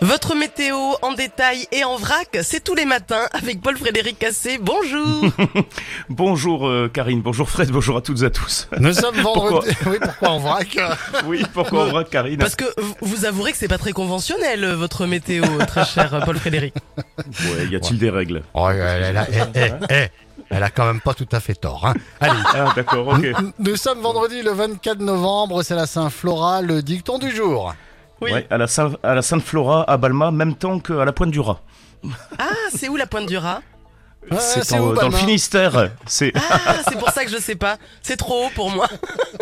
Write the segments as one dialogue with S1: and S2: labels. S1: Votre météo en détail et en vrac, c'est tous les matins avec Paul-Frédéric Cassé. Bonjour
S2: Bonjour euh, Karine, bonjour Fred, bonjour à toutes et à tous.
S3: Nous sommes vendredi. oui, pourquoi en vrac
S2: Oui, pourquoi en vrai Karine
S1: Parce que vous- vous avouerez que c'est pas très conventionnel, euh, votre météo, très cher euh, Paul-Frédéric.
S2: Ouais, y a-t-il des règles
S3: oh, elle, elle a, eh, eh, eh, elle a quand même pas tout à fait tort. hein. Allez.
S2: Ah d'accord, ok.
S3: Nous- Nous sommes vendredi le 24 novembre, c'est la Saint-Flora, le dicton du jour.
S1: Oui.
S2: Ouais, à la, Saint- à la Sainte-Flora, à Balma, même temps qu'à la Pointe du Rat.
S1: Ah, c'est où la pointe du rat
S3: Ouais,
S2: c'est
S3: Ah, c'est
S2: en-
S3: où,
S2: dans le
S3: Balma
S2: Finistère. C'est
S1: Ah, c'est pour ça que je sais pas. C'est trop haut pour moi.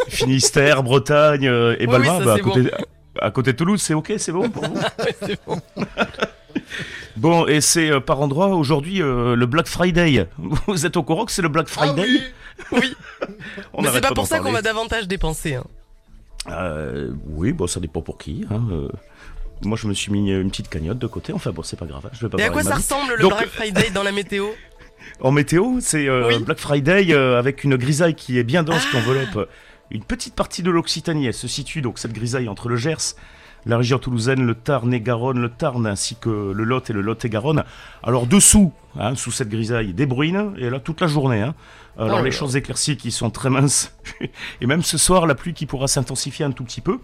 S2: Finistère, Bretagne euh, et
S1: Oui, oui,
S2: Balma,
S1: ça,
S2: bah, à,
S1: c'est bon.
S2: côté, à côté de Toulouse, c'est ok, c'est bon pour vous Bon, et c'est euh, par endroit aujourd'hui euh, le Black Friday. Vous êtes au courant que c'est le Black
S3: Ah
S2: Friday
S3: oui
S1: Oui,
S2: On
S1: mais c'est
S2: arrête
S1: pas
S2: d'en
S1: pour ça qu'on
S2: parler.
S1: va davantage dépenser. hein.
S2: Euh, oui, bon, ça dépend pour qui. hein, euh. Moi, je me suis mis une petite cagnotte de côté. Enfin, bon, c'est pas grave. hein, Je vais pas
S1: Et à quoi
S2: parler de
S1: ça
S2: ma vie.
S1: ressemble le
S2: Donc- euh,
S1: Black Friday dans la météo
S2: En météo, c'est euh,
S1: Oui. Ah.
S2: Black Friday euh, avec une grisaille qui est bien dense, qui enveloppe euh, une petite partie de l'Occitanie. Elle se situe donc cette grisaille entre le Gers, la région toulousaine, le Tarn et Garonne, le Tarn ainsi que le Lot et le Lot et Garonne. Alors dessous, hein, sous cette grisaille, des bruines et là toute la journée. hein. Alors
S1: Oh là
S2: les
S1: là.
S2: chances éclaircies qui sont très minces et même ce soir la pluie qui pourra s'intensifier un tout petit peu.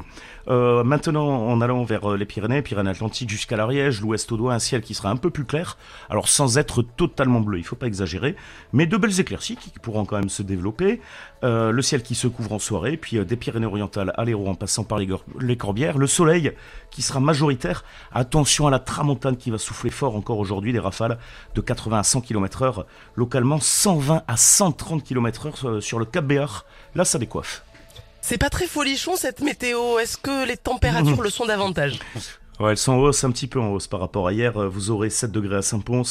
S2: Euh, maintenant, en allant vers euh, les Pyrénées, Pyrénées-Atlantiques jusqu'à l'Ariège, l'Ouest au un ciel qui sera un peu plus clair. Alors sans être totalement bleu, il faut pas exagérer, mais de belles éclaircies qui pourront quand même se développer. Euh, le ciel qui se couvre en soirée, puis euh, des Pyrénées-Orientales à l'Hérault en passant par les, Gor- les Corbières, le soleil qui sera majoritaire. Attention à la tramontane qui va souffler fort encore aujourd'hui, des rafales de 80 à 100 km/h, localement 120 à 130 km/h euh, sur le Cap Béar. Là, ça décoiffe.
S1: C'est pas très folichon cette météo. Est-ce que les températures le sont davantage
S2: Ouais, elles sont en hausse, un petit peu en hausse par rapport à hier. Euh, Vous aurez 7 degrés à Saint-Pons,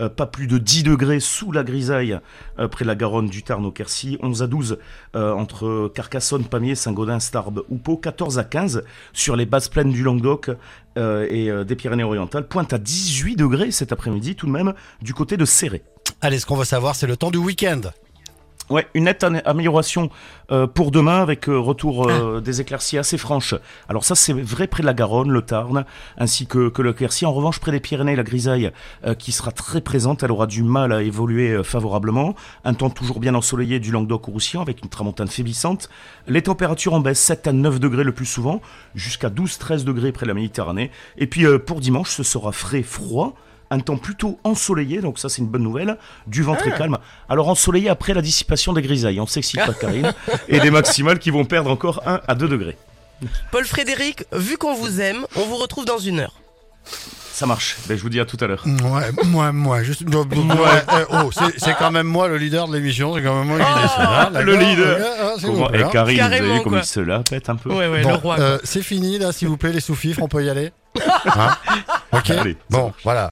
S2: euh, pas plus de 10 degrés sous la grisaille euh, près de la Garonne, du Tarn au Quercy, 11 à 12 euh, entre Carcassonne, Pamiers, Saint-Gaudin, Starbes ou Pau, 14 à 15 sur les basses plaines du Languedoc euh, et euh, des Pyrénées-Orientales, pointe à 18 degrés cet après-midi tout de même du côté de Serré.
S3: Allez, ce qu'on veut savoir, c'est le temps du week-end.
S2: Ouais, une nette an- amélioration euh, pour demain avec euh, retour euh, des éclaircies assez franches. Alors ça c'est vrai près de la Garonne, le Tarn, ainsi que, que le Quercy. En revanche près des Pyrénées, la grisaille euh, qui sera très présente, elle aura du mal à évoluer euh, favorablement. Un temps toujours bien ensoleillé du Languedoc-Roussillon avec une tramontane faiblissante. Les températures en baisse 7 à 9 degrés le plus souvent, jusqu'à 12-13 degrés près de la Méditerranée. Et puis euh, pour dimanche ce sera frais, froid un temps plutôt ensoleillé, donc ça c'est une bonne nouvelle, du vent très calme. Alors ensoleillé après la dissipation des grisailles, on s'excite pas Karine, et des maximales qui vont perdre encore 1 à 2 degrés.
S1: Paul Frédéric, vu qu'on vous aime, on vous retrouve dans une heure.
S2: Ça marche, ben, je vous dis à tout à l'heure.
S3: Moi, moi, moi. Juste... Ouais, euh, oh, c'est c'est quand même moi le leader de l'émission, c'est quand même moi qui
S1: Oh,
S3: décide. hein, d'accord
S2: Ah, le leader.
S3: Ouais, hein, c'est
S2: Comment...
S3: bon,
S2: Et
S3: alors.
S2: Karine, vous avez vu
S1: Carrément,
S2: comment
S1: quoi.
S2: il se la pète un peu
S1: Ouais, ouais, le
S3: Bon,
S1: roi.
S3: euh, c'est fini là, s'il vous plaît, les sous on peut y aller Hein Ok
S2: Allez, ça
S3: Bon, voilà.